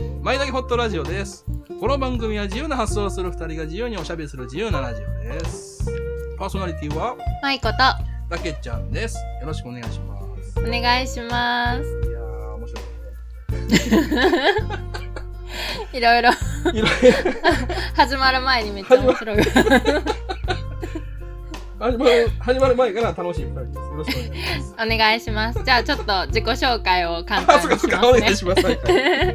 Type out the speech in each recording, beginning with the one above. ットラジオです。この番組は自由な発想をする2人が自由におしゃべりする自由なラジオです。パーソナリティはマイコとたけちゃんです。よろしくお願いします。お願いします。いやー、面白い。いろい ろ いろいろ始まる前にめっちゃ面白い。始まる始まる前から楽しい2人です。よろしくお願いします。お願いします。じゃあちょっと自己紹介を簡 あ、単そっにかしそっまか、おす願ねい。し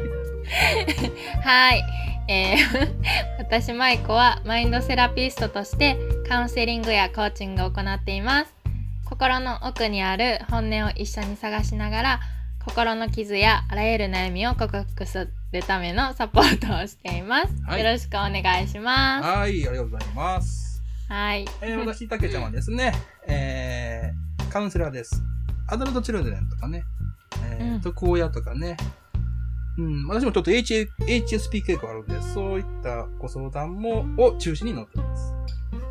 ます。はいはいはい。えー 私マイコはマインドセラピストとしてカウンセリングやコーチングを行っています心の奥にある本音を一緒に探しながら心の傷やあらゆる悩みを克服するためのサポートをしています、はいよろしくお願いしますはい、ありがとうございます。はいえー、私、たけちゃんはですね、えー、カウンセラーです。アダルトチルドレンとかね、えーうん徳親とかね、うん、私もちょっと H HSP 傾向あるんで、そういったご相談も、を中心に乗ってます。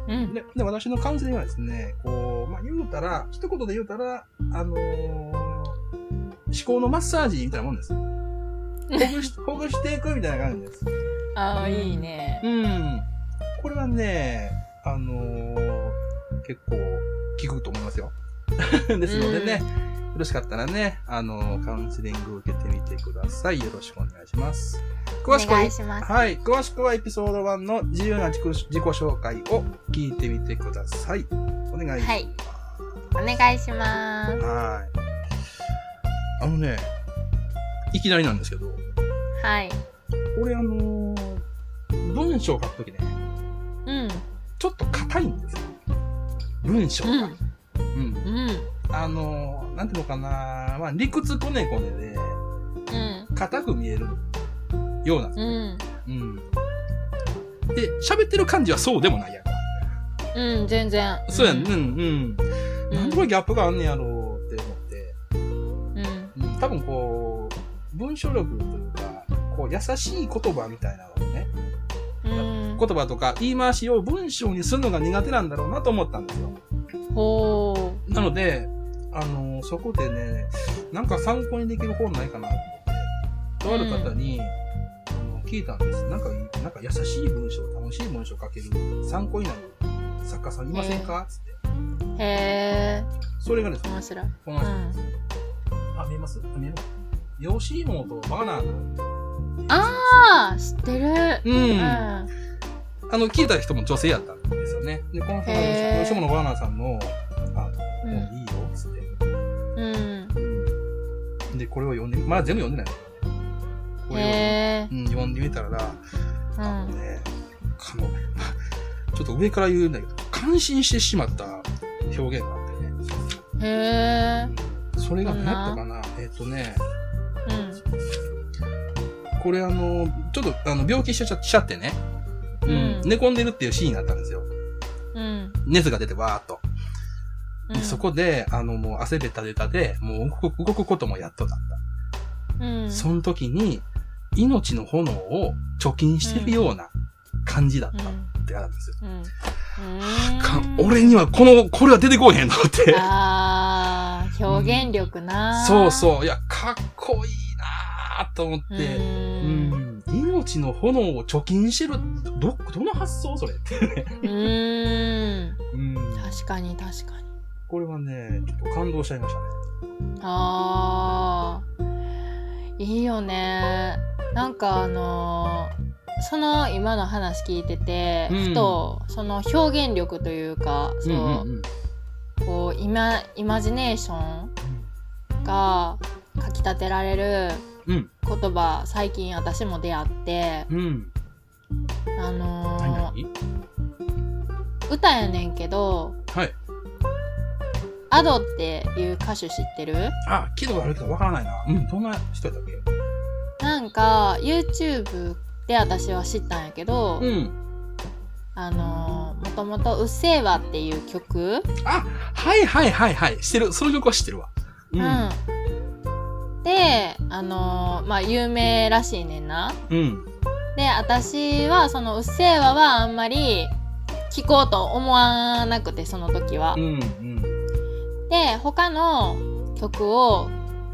うんで、で私のカウンセリングはですね、こう、まあ、言うたら、一言で言うたら、あのー思考のマッサージみたいなもんです。ほぐ し、ほぐしていくみたいな感じです。ああいいねうん。これはね、あのー結構効くと思いますよ。 ですのでね、よろしかったらね、あのーカウンセリングを受けてみてください。よろしくお願いします。お詳しくは願いしますはい。詳しくはエピソード1の自由な自己自己紹介を聞いてみてください。お願いします。はいお願いしますはい。あのね、いきなりなんですけど、はい俺あのー文章を書くときね、うんちょっと硬いんですよ。文章が。うんうんうんあのー、なんていうのかなまあ、理屈こねこねで、うん硬く見えるようなんでうんす。うん。で、喋ってる感じはそうでもないやんか。うん、全然。そうやん、うん、うん。うんなんでこれギャップがあんねやろうって思って、うん。うん、多分こう、文章力というか、こう、優しい言葉みたいなのをね、うん。言葉とか言い回しを文章にするのが苦手なんだろうなと思ったんですよ。ほなので、あのそこでね、なんか参考にできる本ないかなと思って、とある方に、あの聞いたんです。なんか、なんか優しい文章、楽しい文章書ける、参考になる作家さんいませんか、つって。う。へえ、それがですね、面白い。この人です。あ、見えます見えるヨシイモとバナナ。ああ、知ってる。うん。うん。あの、聞いた人も女性やったんですよね。で、この人がへーヨシイモのバナナさんの、あうの、んいいよ、つって。うん。うんで、これを読んで、まだ全部読んでない。これをへえ。うん、読んでみたら、うあのん。ね、かの、 ちょっと上から言うんだけど、感心してしまった表現があってね。へえ。それがどん何なやったかなえっ、とね、うん。これあの、ちょっとあの病気しちゃしちゃってね、うんうん寝込んでるっていうシーンがあったんですよ。うん。熱が出てわーっと。うでん。そ。こで、あのもう汗べたべたで、もう動く動くこともやっとだった。うん。その時に、命の炎を貯金してるような感じだっうたっん。てあるんですよ。うん。かんうん。俺にはこの、これは出てこうへんと思って。ああ、表現力な。そうう。そう。いや、かっこいいなーと思っう。て。うんん。命の炎を貯金してる。ど、どの発想それって。うん。うん。確かに、確かに。これはね、ちょっと感動しちゃいましたね。あーいいよねなんかあのーその今の話聞いてて、うんふとその表現力というかそう、ん。こうイマイマジネーションがかきたてられるうん。言葉最近私も出会って、うん。あ何の々ー歌やねんけどはい。 「アド」っていう歌手知ってるあ、聞いたことあるけどわからないな。うん。どんな人やったっけなんか YouTube で私は知ったんやけど、ん。あのー、もともと「うっせぇわ」っていう曲、あ、はいはいはいはい。知ってる。その曲は知ってるわ。う。うんで、あのーまあ、有名らしいねんな。うん。で私はその「うっせぇわ」はあんまり聞こうと思わなくてその時はう。ん。で他の曲を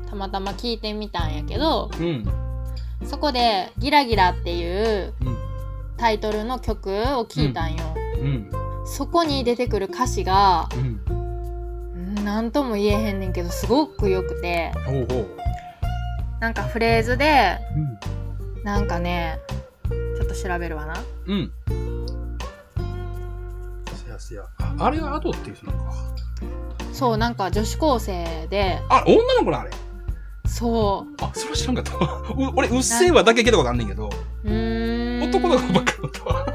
たまたま聞いてみたんやけどうん。そこで「ギラギラ」っていううんタイトルの曲を聴いたんよ、うんそこに出てくる歌詞がうん何とも言えへんねんけどすごくよくてほうほうなんかフレーズでうんなんかねちょっと調べるわなうんせやせやああれがアドっていう人なんかそうなんか女子高生であ女の子なあれそあそれは知らんかった わう俺うっせぇわだけ聞いたことあんねんけどううーん男の子ばっかりだったわ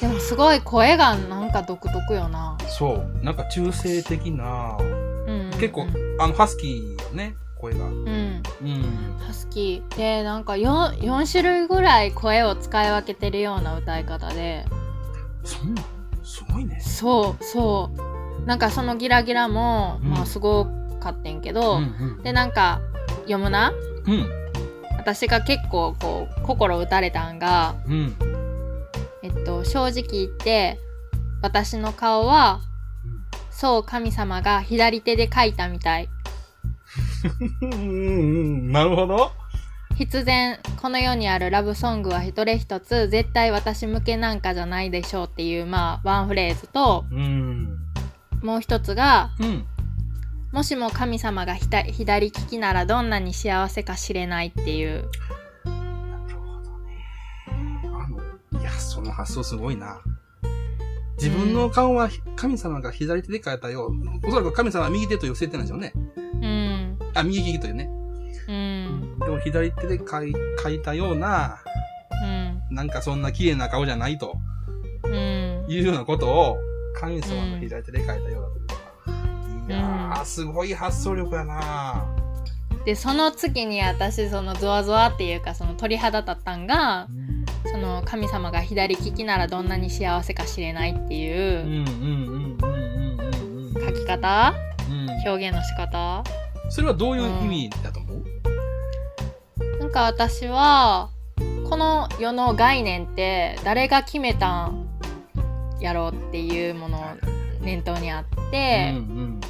でもすごい声がなんか独特よな、 そうなんか中性的なうん、結構あのハスキーよね声がうんうんうんハスキーでなんか 4, 四種類ぐらい声を使い分けてるような歌い方でそんなんすごいねそうそうなんかそのギラギラも、うんまあすごかってんけど、うんでなんか読むなうん私が結構こう心打たれたんが、うんえっと、正直言って私の顔はそう神様が左手で描いたみたいうんうんうんなるほど必然この世にあるラブソングは一人一つ絶対私向けなんかじゃないでしょうっていうまあワンフレーズとうんもう一つがうんもしも神様がひた左利きならどんなに幸せか知れないっていうなるほどねあのいやその発想すごいな自分の顔は神様が左手で変えたよおそらく神様は右手という設定なんでしょうねうんあ右利きというねうでんも左手で書い書いたようなうんなんかそんな綺麗な顔じゃないとうんいうようなことを神様の左手で書いたようだというか。いやうー、すごい発想力やなでその次に私そのゾワゾワっていうかその鳥肌立ったんがその神様が左利きならどんなに幸せか知れないってういううんんうんうんうんうんうん書き方うん。表現の仕方それはどういう意味だと思うなんか私はこの世の概念って誰が決めたんやろうっていうものを念頭にあって、うん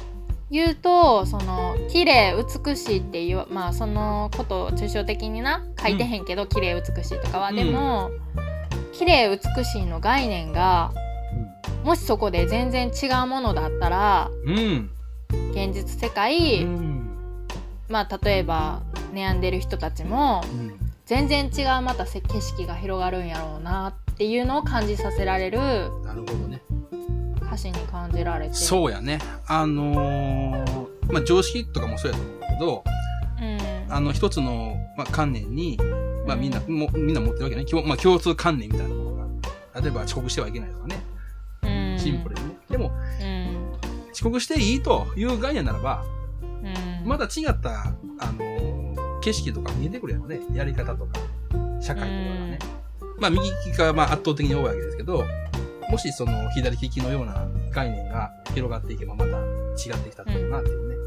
言うとその綺麗美しいっていうまあそのことを抽象的にな書いてへんけど、綺麗美しいとかうは、んでも綺麗美しいの概念がもしそこで全然違うものだったらうん。うん。現実世う界、ん。まあ例えば悩んでる人たちもうん全然違うまたせ景色が広がるんやろうなっていうのを感じさせられるなるほどね。歌詞に感じられてう、そうやね。あのー、まあ、常識とかもそうやと思うんだけど、うん、あの、一つの、まあ、観念に、まあ、みんな、もうみんな持ってるわけね。きょまあ、共通観念みたいなものが。例えば、遅刻してはいけないとかね。うんシンプルにね。でも、うん遅刻していいという概念ならば、うんまだ違った、あのー景色とか見えてくるやろね。やり方とか、社会とかがね。まあ、右利きが、まあ、圧倒的に多いわけですけど、もしその左利きのような概念が広がっていけばまた違ってきたというなっていうね。う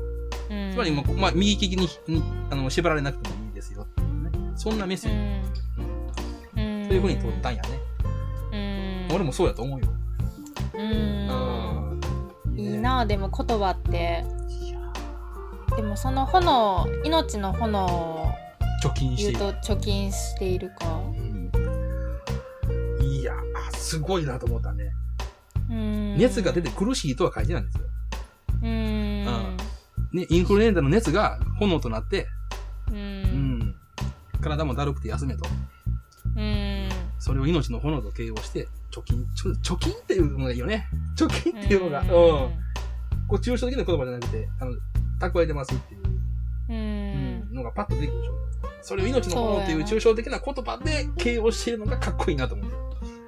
んつまりもう、まあ、右利きににあの縛られなくてもいいですよっていうね。そんなメッセージ。うんそういう風に取ったんやね。うん俺もそうやと思うよ。うんうんいいねなでも言葉っていやでもその炎命の炎を貯金して言いうる。と貯金しているかうんいやあすごいなと思ったね。うん熱が出て苦しいとは書いてないんですよ。うんね、インフルエンザの熱が炎となって、ううんん、体もだるくて休めと。うんそれを命の炎と形容して、貯金、ちょ貯金っていうのがいいよね。貯金っていうのが、うん。こう、抽象的な言葉じゃなくて、あの、蓄えてますっていううんうんのがパッと出てくるでしょ。それを命の炎っていう抽象的な言葉で形容しているのがかっこいいなと思う。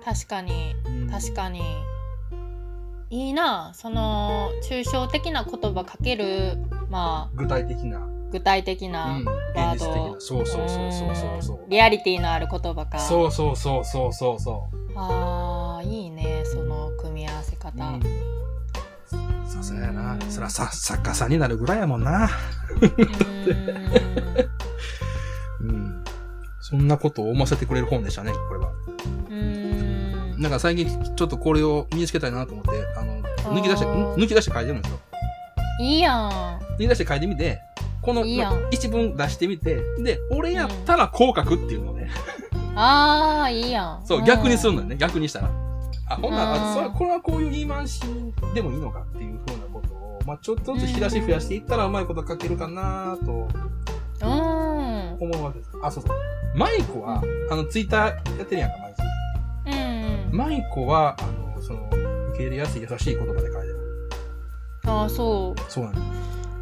確かにうん確かにいいなその抽象的な言葉かけるま具体的な、あ具体的う、なんワ現実ード的な。そうそうそうそうそうそう。リアリティのある言葉かそうそうそうそうそうそう。あーいいねその組み合わせ方、うんさすがやな。そらさ、作家さんになるぐらいやもんな。うーうん。そんなことを思わせてくれる本でしたね、これは。んうーんなんか最近ちょっとこれを身につけたいなと思って、あの、抜き出して、あー抜き出して書いてるんですよ。いいやん抜き出して書いてみて、このいいやん一文出してみて、で、俺やったらこう書くっていうのをね。ああ、いいやん。そう、ん逆にするのよね。。逆にしたら。あ、ほんなら、うんあそれこれはこういう言い回しでもいいのかっていうふうなことを、まあちょっとずつ引き出し増やしていったらうまいこと書けるかなとうん。思うわけです。あ、そうそう。マイコは、あの、ツイッターやってるやんか、毎日。うん。マイコは、あの、その、受け入れやすい優しい言葉で書いてる。ああ、そう。そうなんだ。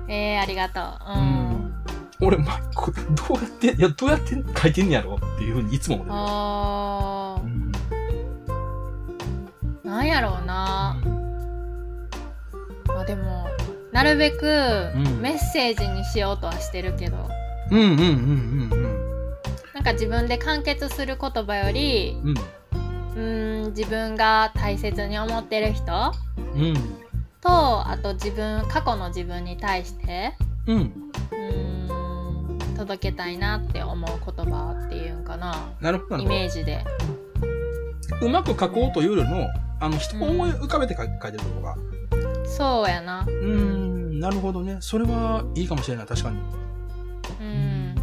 ええー、ありがとう。ううん。ん。俺、マイコ、どうやって、いや、どうやって書いてんやろっていうふうにいつも思ってる。あうんあ、なんやろうな。まあでも、なるべくんメッセージにしようとはしてるけど、うんうんうんうんなんか自分で完結する言葉より、うん。うーん、自分が大切に思ってる人うん。と、あと自分、過去の自分に対して、うん。うん。うーん、届けたいなって思う言葉っていうんかな。なるほどなイるほど。メージで。うまく書こうというよりも、あの、人を思い浮かべて書い書いてるとこが。そうやな。うーん、なるほどね。それはいいかもしれない、確かに。うん。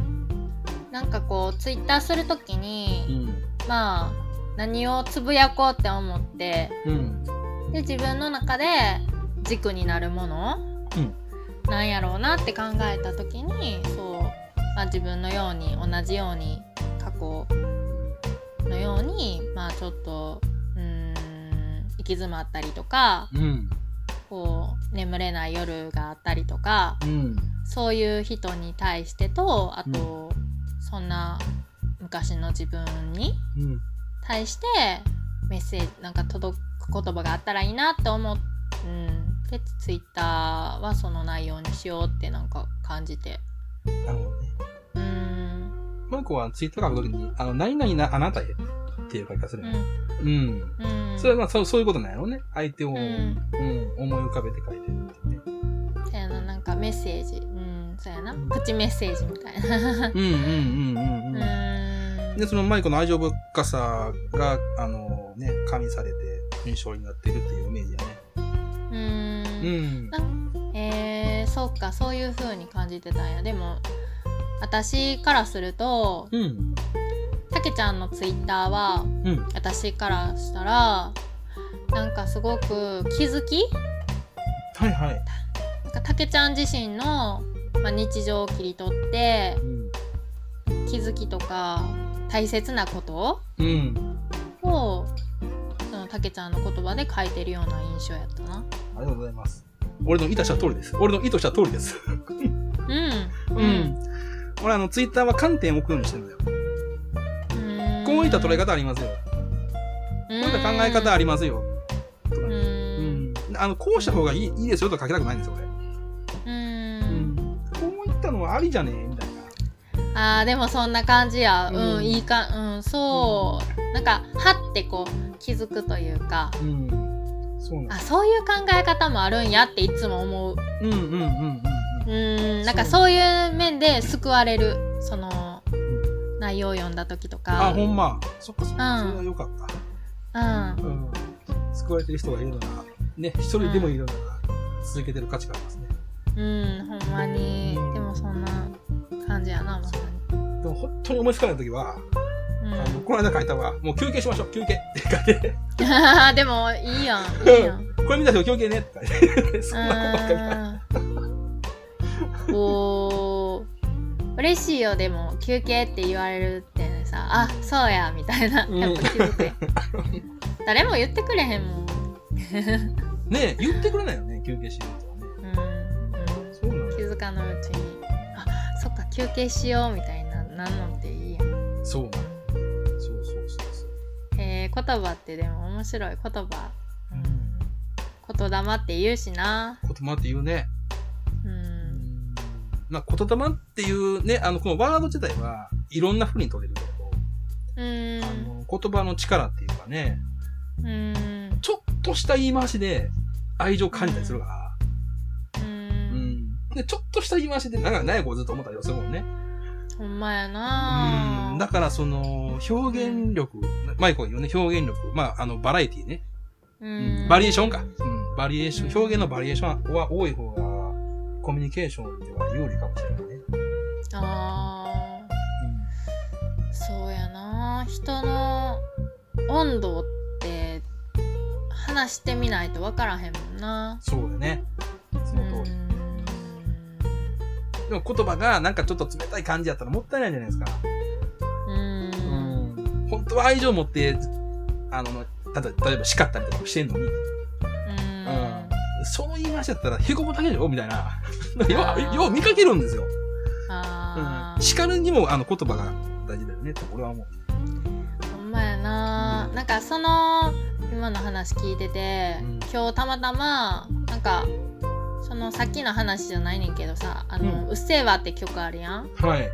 なんかこう、ツイッターするときに、うん。まあ何をつぶやこうって思ってうん。で自分の中で軸になるもの、うんなんやろうなって考えた時にそう、まあ、自分のように同じように過去のようにまあちょっとうーん行き詰まったりとかうん。こう眠れない夜があったりとかうん。そういう人に対してとあと、そんな昔の自分にうん。対してメッセージなんか届く言葉があったらいいなって思って、うん、でツイッターはその内容にしようってなんか感じてなるほどね。うんもう一個はツイッター書くときに、あの、何々なあなたへっていう書き方するうよね。んうん。うんそれはまあそう、そういうことなんやろうね。相手を、ううん、ん思い浮かべて書いてるってね。そうやななんかメッセージうんそうやなプチメッセージみたいなうんうんうんううんうん。んで、そのマイコの愛情深さが、あのね、加味されて印象になってるっていうイメージやね。ううんん。えー、そっかそういう風に感じてたんやでも私からするとうん。たけちゃんのツイッターはうん。私からしたらなんかすごく気づきはいはい。なんかたけちゃん自身の、まあ、日常を切り取ってうん。気づきとか大切なことうん。をそのたけちゃんの言葉で書いてるような印象やったな。ありがとうございます。俺の意図した通りです。俺の意図した通りです。うん。う。俺あの、ツイッターは観点を置くようにしてるんだよ。うんこういった捉え方ありますよ。こううんいった考え方ありますよ。とかねう。うんん。あの、こうした方がいいいいですよとか書きたくないんですよ、俺。うん。こういったのはありじゃねえみたいな。あーでもそんな感じや。うん、うんいいか、うん、そう。なんか、はってこう気づくというか。うん。そうなんあそういう考え方もあるんやっていつも思ううんうんうんうんうーんなんかそそういう面で救われるその内容を読んだ時とあ、かほんま。そっかそっか。うんそれは良かった。うんうん、救われてる人がいるのなら、ね、一人でもいるのなら、続けてる価値がありますね。うんほんまにでもそんな感じやなまさでも本当に思いつかないときは、に、あのこの間書いたは、もう休憩しましょう、休憩って書いて、うん、 でもいいやんいいやんこれ見た人休憩ねって書いて、そんなことばっかり書いて。 うんおー嬉しいよでも休憩って言われるってさあそうやみたいなうんやっぱ気づ くやん誰も言ってくれへんもんねえ言ってくれないよね、休憩しようとはね。うんうんそうなの気づかぬうちにあそっか休憩しようみたいななんのっていいやんそうなのそうそうそうそう。えー言葉ってでも面白い言葉、うん、言霊って言うしな言葉って言うね。ううんんまあ、言霊っていうね、あの、このワード自体はいろんな風に取れるけど、うんあの言葉の力っていうかね、うんちょっとした言い回しで愛情感じたりするから、ううんん。で、ちょっとした言い回しで、なんか、なんやこうずっと思ったりはするもんね。ほんまやうん。だなから、その、表現力、マイコが言うね、表現力。まあ、あの、バラエティね。ううんん。バリエーションか。うん。バリエーショうんン、表現のバリエーションは多い方が、コミュニケーションでは有利かもしれないね。あーそうやな人の温度って話してみないと分からへんもんなそうだね。その通り。うんでも言葉がなんかちょっと冷たい感じやったらもったいないじゃないですか。うんうん。本当は愛情持って、あの、ただ例えば叱ったりとかもしてんのに、うんうんその言い回しだったらへこむだけでしょみたいな。 よう、よう見かけるんですよ。あうんー叱るにもあの言葉が大事だよねって俺は思う。ほんまやななんかその今の話聞いてて、うん今日たまたまなんかそのさっきの話じゃないねんけどさ「あのううんっせぇわ」って曲あるやんはい。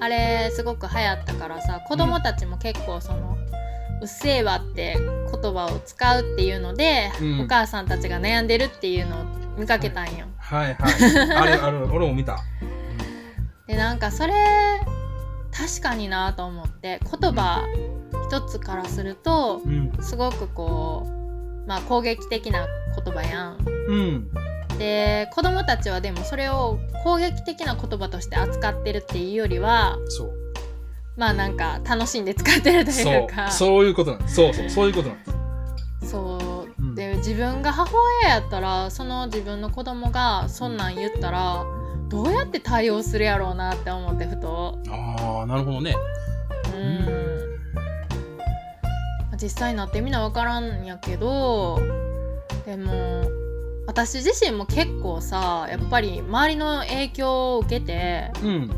あれすごく流行ったからさ子供たちも結構その「うっせぇわ」って言葉を使うっていうので、うんお母さんたちが悩んでるっていうのを見かけたんよ。はいはい。あれ、あれ、俺も見た。でなんかそれ確かになと思って言葉一つからすると、うん。すごくこう、まあ、攻撃的な言葉やん。うん。で子供たちはでもそれを攻撃的な言葉として扱ってるっていうよりはそう。まあなんか楽しんで使ってるとそいうう。かそういうことなんです。そうそう。そういうことなんです。そううんで自分が母親やったらその自分の子供がそんなん言ったらどうやって対応するやろうなって思ってふとああ、なるほどね。うん実際になってみな分からんやけどでも私自身も結構さやっぱり周りの影響を受けてうん。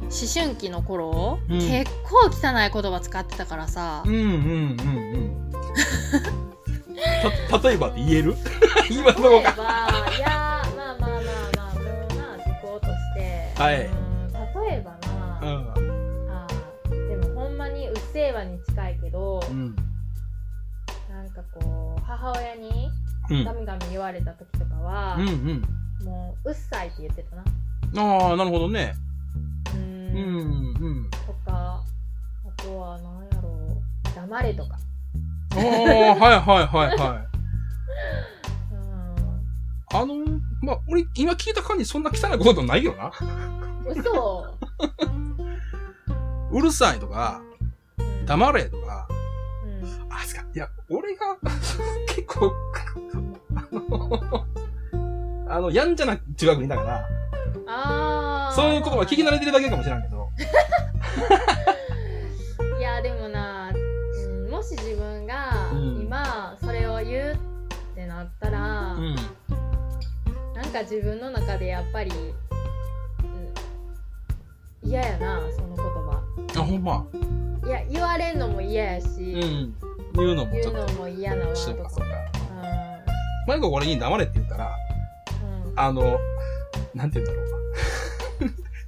思春期の頃、うん結構汚い言葉使ってたからさうんうんうんうん。た、例えばって言える 今のとこ例えばいが。やまあまあまあまあもうな時効として、はいうん例えばな、あーでもほんまに「うっせぇわ」に近いけど、うん。なんかこう母親にうんガ。ミガミ言われた時とかは、うんうん。もう「うっさい」って言ってたな。ああ、なるほどね。ううんんうん。とかあとは何やろう「黙れ」とか、ああ、はいはいはいはい。うあのーまあ、俺、今聞いた感じ、そんな汚いことないよな。ん、嘘、うるさいとか、うん、黙れとか、うん、あ、すか、いや、俺が、 結構、あの、 あの、やんじゃな中学にいたから、ああそういう言葉聞き慣れてるだけかもしれんけど、いやでもな、うん、もし自分がうん今それを言うってなったら、うん。なんか自分の中でやっぱりうん嫌、やなその言葉あ、ほんま。いや言われんのも嫌やし、うん。言うのも言ちょうっとの、も嫌なワそーうドか、とそうかか。うんマイコが俺に黙れって言ったら、うんあの、なんて言うんだ ろう。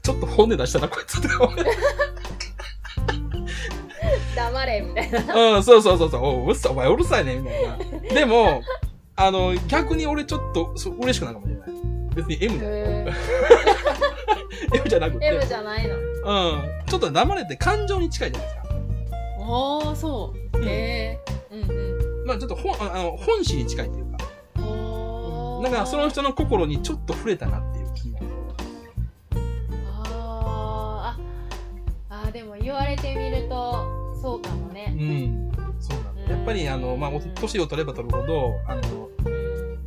ちょっと本音出したな、こいつって思う。黙れみ たいな。うん、そうそうそうそう、おううっさい、お前うるさいね、みたいな。 でも、あの、逆に俺ちょっと、そう嬉しくないかもしれない。別に M じゃない。M じゃなくて。 M じゃないの。うん。ちょっと黙れて感情に近いじゃないですか。ああそう。へえ。うんうまあちょっと本、あの、本心に近いっていうか。ん。おお。だからその。人の心にちょっと触れたなっていう気になる。あーああーでも言われてみるとそうかもうね。ん。そうなんだ。やっぱりあの、まあ、お年を取れば取るほど、あの、うん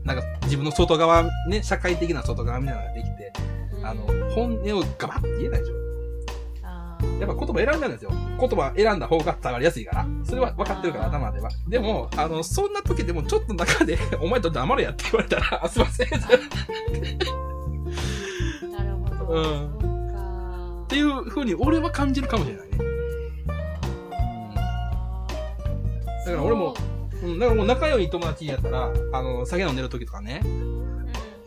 なんか自分の外側、ね、社会的な外側みたいなのができて、うんあの、本音をガバッて言えないでしょ。あーやっぱ言葉選んだんですよ。言葉選んだ方が伝わりやすいから。それは分かってるから、あー頭では。でも、あの、そんな時でもちょっと中で、 お前と黙れやって言われたら、あ すいません。っなるほうど。んそっかていう風に俺は感じるかもしれないね。あーだから俺もうん。だからもう仲良い友達やったら、あの、酒飲んでる時とかね、そうう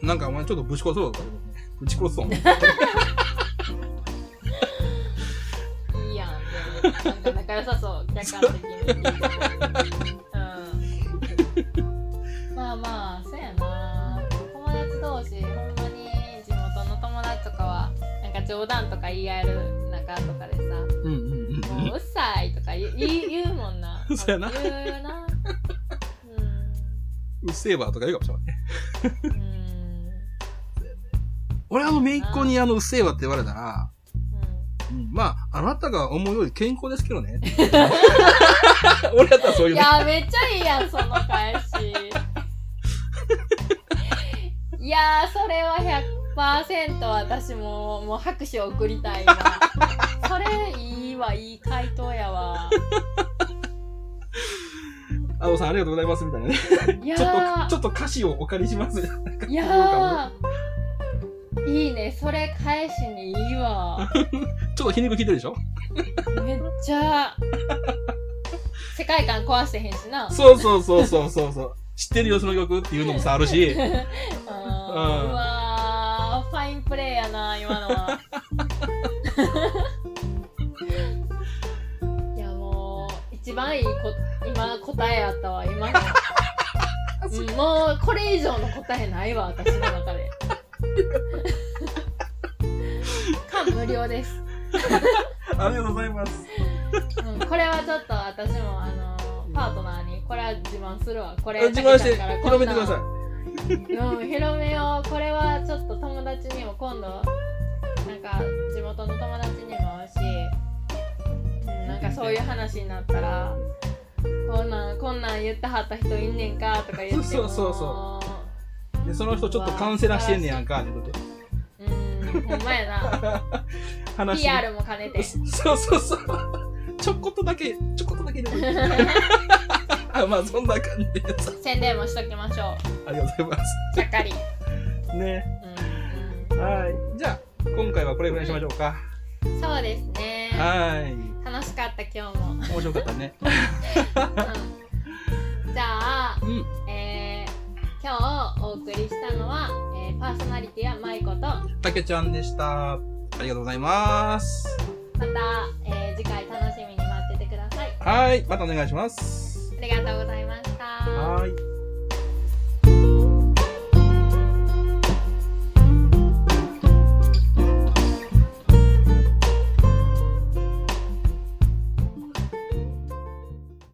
んなんかお前ちょっとぶち殺そうとか言うのねぶち殺そう。いいやん。でもなんか仲良さそう。客観的に。うん。まあまあ、そうやな。友達同士、ほんまに地元の友達とかは、なんか冗談とか言い合える仲とかでさ、 うんうんうん。もううっさいとか言う言う言うもんなそうやな言うよな。ううん。うっせえわとか言うかもしれないね。ん。うん。俺あの、姪っ子にあの、うっせえわって言われたら、ううんまあ、あなたが思うより健康ですけど ね。俺だったらそういいうね。やめっちゃいいやんその返し いやーそれは100%私ももう拍手送りたいわそれいいわいい回答やわあおさんありがとうございますみたいなね。いや ちょっーと、ちょっと歌詞をお借りし ます。いやーいいねそれ返しにいいわちょっと皮肉聞いてるでしょめっちゃ世界観壊してへんしなそうそうそうそうそうそう。知ってるよ、その曲っていうのもさ、ある し。あうーんうわーファインプレーやな今 のはいやもう一番いいこ今答えやったわ 今のうんもうこれ以上の答えないわ私の中 で感無量です、ありがとうございます。うん、これはちょっと私もあのパートナーにこれは自慢するわこれ自慢して竹ちゃんから、こ広んめなてくだんさい。うん、広めようこれはちょっと友達にも今度なんか地元の友達にも会うし、うん、なんかそういう話になったらこんなんこんなん言ってはった人いんねんかとか言ってもそうそうそで、その人ちょっとカウンセラーしてんねやんか、ってことで。うんほんまやな 話 PR も兼ね てそうそうそう。ちょこっとだけ、ちょこっとだけ入 れといてあ、まあそんな感じです。宣伝もしときましょありがとうございます。うちゃっかり、ね。うんはい。じゃあ、今回はこれぐらいにしましょうか。うん、そうですねはい。楽しかった今日も、うん面白かったね。じゃあうん。えー今日お送りしたのは、えーパーソナリティは舞子とまたけちゃんでした。ありがとうございます。た、えー次回楽しみに待っててくださいはい。またお願いします。ありがとうございました